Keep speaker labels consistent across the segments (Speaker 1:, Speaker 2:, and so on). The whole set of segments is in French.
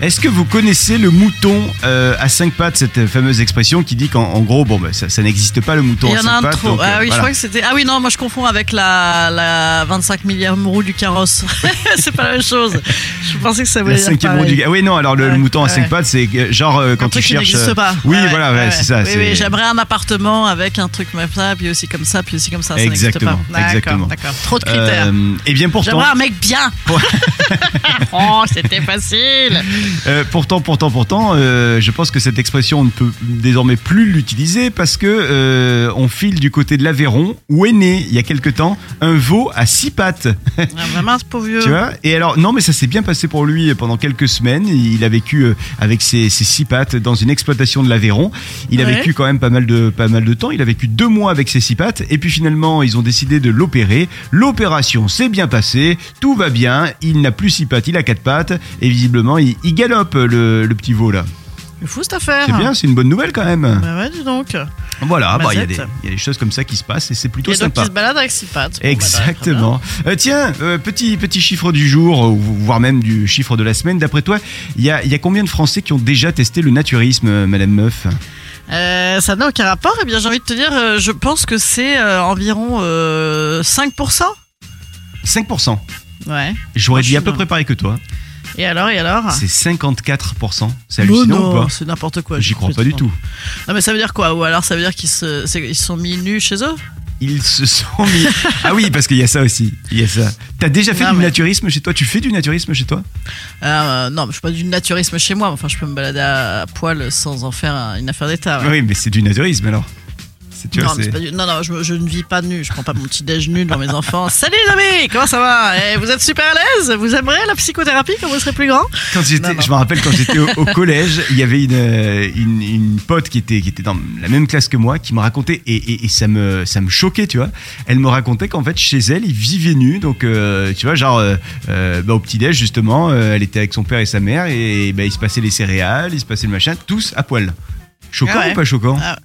Speaker 1: Est-ce que vous connaissez le mouton euh, à cinq pattes, cette fameuse expression qui dit qu'en en gros, bon, bah, ça, ça n'existe pas le mouton
Speaker 2: Il y
Speaker 1: à
Speaker 2: en
Speaker 1: cinq
Speaker 2: a un de
Speaker 1: pattes.
Speaker 2: trop.
Speaker 1: donc, euh,
Speaker 2: ah oui, je
Speaker 1: voilà.
Speaker 2: crois que c'était. Ah oui, non, moi je confonds avec la, la 25 millième roue du carrosse. c'est pas la même chose. Je pensais que ça voulait
Speaker 1: La
Speaker 2: dire
Speaker 1: cinquième roue
Speaker 2: pareil.
Speaker 1: du- Ah Oui, non, alors le, le
Speaker 2: Ouais,
Speaker 1: mouton à
Speaker 2: ouais.
Speaker 1: cinq pattes, c'est euh, genre euh,
Speaker 2: Un
Speaker 1: quand tu
Speaker 2: truc qui
Speaker 1: cherches.
Speaker 2: n'existe pas.
Speaker 1: Oui,
Speaker 2: Ouais,
Speaker 1: voilà,
Speaker 2: ouais,
Speaker 1: ouais,
Speaker 2: ouais.
Speaker 1: c'est ça.
Speaker 2: Oui,
Speaker 1: c'est-
Speaker 2: oui, j'aimerais un appartement avec un truc comme ça, puis aussi comme ça, puis aussi comme ça. ça n'existe
Speaker 1: Exactement,
Speaker 2: pas. D'accord,
Speaker 1: exactement.
Speaker 2: D'accord. Trop de critères.
Speaker 1: Euh, et bien pourtant,
Speaker 2: J'aimerais un mec bien. oh, c'était facile.
Speaker 1: euh, pourtant, pourtant, pourtant, euh, je pense que cette expression on ne peut désormais plus l'utiliser parce que euh, on file du côté de l'Aveyron où est né il y a quelque temps un veau à six pattes.
Speaker 2: Ah, vraiment, ce pauvre vieux.
Speaker 1: Tu vois Et alors, non, mais ça s'est bien passé pour lui pendant quelques semaines. Il a vécu euh, avec ses, ses six pattes dans une exploitation de l'Aveyron. Il a
Speaker 2: Ouais.
Speaker 1: vécu quand même pas mal, de, pas mal de temps. Il a vécu deux mois avec ses six pattes. Et puis finalement, ils ont décidé de l'opérer. L'opération s'est bien passée. Tout va bien. Il n'a plus six pattes, il a quatre pattes. Et visiblement, il, il galope, le, le petit veau là.
Speaker 2: C'est fou cette affaire.
Speaker 1: C'est bien, c'est une bonne nouvelle quand même.
Speaker 2: Bah Ah. ouais, dis donc. Et
Speaker 1: Voilà, bah, il y, a des-
Speaker 2: Mazette.
Speaker 1: il y a des choses comme ça qui se passent et c'est plutôt
Speaker 2: donc,
Speaker 1: sympa.
Speaker 2: il se balade avec six pattes. Bon, bah, très bien.
Speaker 1: Exactement. Euh, tiens, euh, petit, petit chiffre du jour, euh, ou- voire même du chiffre de la semaine. D'après toi, il y a, il y a combien de Français qui ont déjà testé le naturisme, euh, Madame Meuf
Speaker 2: Euh, ça n'a aucun rapport. Eh bien, j'ai envie de te dire, euh, je pense que c'est euh, environ euh, 5%.
Speaker 1: 5%.
Speaker 2: Ouais.
Speaker 1: J'aurais dit à peu
Speaker 2: Franchement.
Speaker 1: près pareil que toi.
Speaker 2: Et alors, et alors
Speaker 1: C'est 54%. C'est
Speaker 2: Bon,
Speaker 1: hallucinant
Speaker 2: Ah. Oh non,
Speaker 1: ou pas
Speaker 2: C'est n'importe quoi.
Speaker 1: J'y crois pas du tout.
Speaker 2: Non, mais ça veut dire quoi Ou alors ça veut dire qu'ils se, c'est- ils se sont mis nus chez eux
Speaker 1: Ils se sont mis. ah oui, parce qu'il y a ça aussi. Il y a ça. T'as déjà fait
Speaker 2: Non,
Speaker 1: du
Speaker 2: mais-
Speaker 1: naturisme chez toi Tu fais du naturisme chez toi
Speaker 2: Euh, Non, mais je suis pas du naturisme chez moi. mais Enfin, je peux me balader à, à poil sans en faire un- une affaire d'état. ouais.
Speaker 1: Oui, mais c'est du naturisme alors. C'est- tu vois,
Speaker 2: non, mais
Speaker 1: c'est-
Speaker 2: c'est pas du- non, non, je, je ne vis pas nu. Je prends pas mon petit déj nu devant mes enfants. Salut les amis, comment ça va Eh, Vous êtes super à l'aise Vous aimerez la psychothérapie quand vous serez plus grand
Speaker 1: Quand j'étais,
Speaker 2: Non, non.
Speaker 1: je me rappelle quand j'étais au, au collège, il y avait une, euh, une, une pote qui était, qui était dans la même classe que moi, qui me racontait, et, et- et ça, me, ça me choquait, tu vois. Elle me racontait qu'en fait, chez elle, ils vivaient nus. Donc, euh, tu vois, genre, euh, euh, bah, au petit-déj, justement, euh, elle était avec son père et sa mère, et, bah, il se passait les céréales, il se passait le machin, tous à poil. Choquant
Speaker 2: Ah ouais.
Speaker 1: ou pas choquant
Speaker 2: Ah,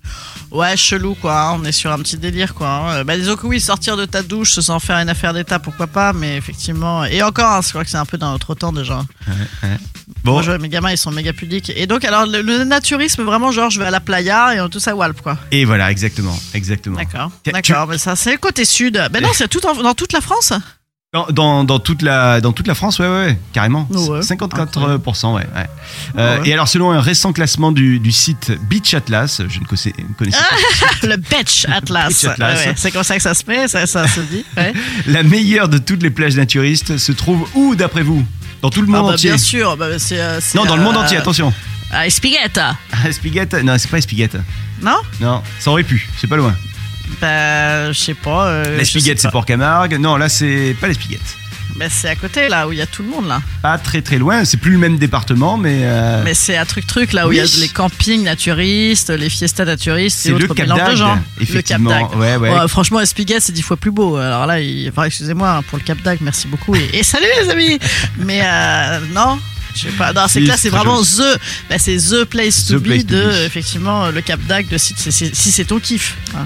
Speaker 2: ouais, chelou quoi. hein. On est sur un petit délire quoi. hein. Euh, Bah, disons que oui, sortir de ta douche sans faire une affaire d'état, pourquoi pas, mais effectivement. Et encore, hein, je crois que c'est un peu dans notre temps déjà.
Speaker 1: Bon,
Speaker 2: Moi, je vois mes gamins, ils sont méga pudiques. Et donc, alors, le, le naturisme, vraiment, genre, je vais à la playa et on- tout ça, Walp quoi.
Speaker 1: et voilà, exactement, exactement.
Speaker 2: D'accord.
Speaker 1: Tu-
Speaker 2: D'accord, mais ça, c'est le côté sud. Ben non, c'est tout en- dans toute la France
Speaker 1: Dans, dans, dans toute la, dans toute la France, ouais, Oh, ouais, ouais, carrément.
Speaker 2: Ouais.
Speaker 1: 54%, ouais. ouais. Euh,
Speaker 2: Ouais.
Speaker 1: Et alors, selon un récent classement du, du site Beach Atlas, je ne connaissais, connaissais pas,
Speaker 2: Le Beach Atlas.
Speaker 1: Beach Atlas.
Speaker 2: Ouais, ouais, c'est comme ça que ça se met, ça, ça se dit. ouais.
Speaker 1: la meilleure de toutes les plages naturistes se trouve où, d'après vous Dans tout le
Speaker 2: Ah,
Speaker 1: monde
Speaker 2: bah,
Speaker 1: entier
Speaker 2: bien sûr. bah, c'est, euh, c'est,
Speaker 1: Non, dans le monde
Speaker 2: euh,
Speaker 1: entier, attention.
Speaker 2: À Espigueta,
Speaker 1: Spiguette Non, c'est pas Spiguette.
Speaker 2: non
Speaker 1: Non, ça aurait pu, c'est pas loin.
Speaker 2: Bah, je sais pas. euh,
Speaker 1: la
Speaker 2: je sais
Speaker 1: Spiguette, c'est
Speaker 2: pas.
Speaker 1: Port Camargue. Non, là, c'est pas la Spiguette.
Speaker 2: Bah, c'est à côté, là, où il y a tout le monde, là.
Speaker 1: Pas très très loin, c'est plus le même département, mais. euh,
Speaker 2: Mais c'est à truc-truc, là, où il
Speaker 1: Oui.
Speaker 2: y a les campings naturistes, les fiestas naturistes,
Speaker 1: C'est
Speaker 2: et
Speaker 1: le
Speaker 2: autres
Speaker 1: Cap
Speaker 2: mélanges de
Speaker 1: d'Agde,
Speaker 2: gens.
Speaker 1: effectivement.
Speaker 2: Le Cap d'Agde.
Speaker 1: ouais, ouais.
Speaker 2: Ouais, franchement, Espiguette, c'est dix fois plus beau. Alors là, il... enfin, excusez-moi hein, pour le Cap d'Agde, merci beaucoup. Et, et salut les amis Mais euh, non, je sais pas. Non, c'est
Speaker 1: Si,
Speaker 2: que là,
Speaker 1: c'est
Speaker 2: c'est
Speaker 1: très
Speaker 2: vraiment The. bah, c'est The Place to
Speaker 1: The
Speaker 2: Be
Speaker 1: place to
Speaker 2: de,
Speaker 1: be.
Speaker 2: euh, effectivement, le Cap d'Agde, si, c'est- c'est- si c'est ton kiff. hein.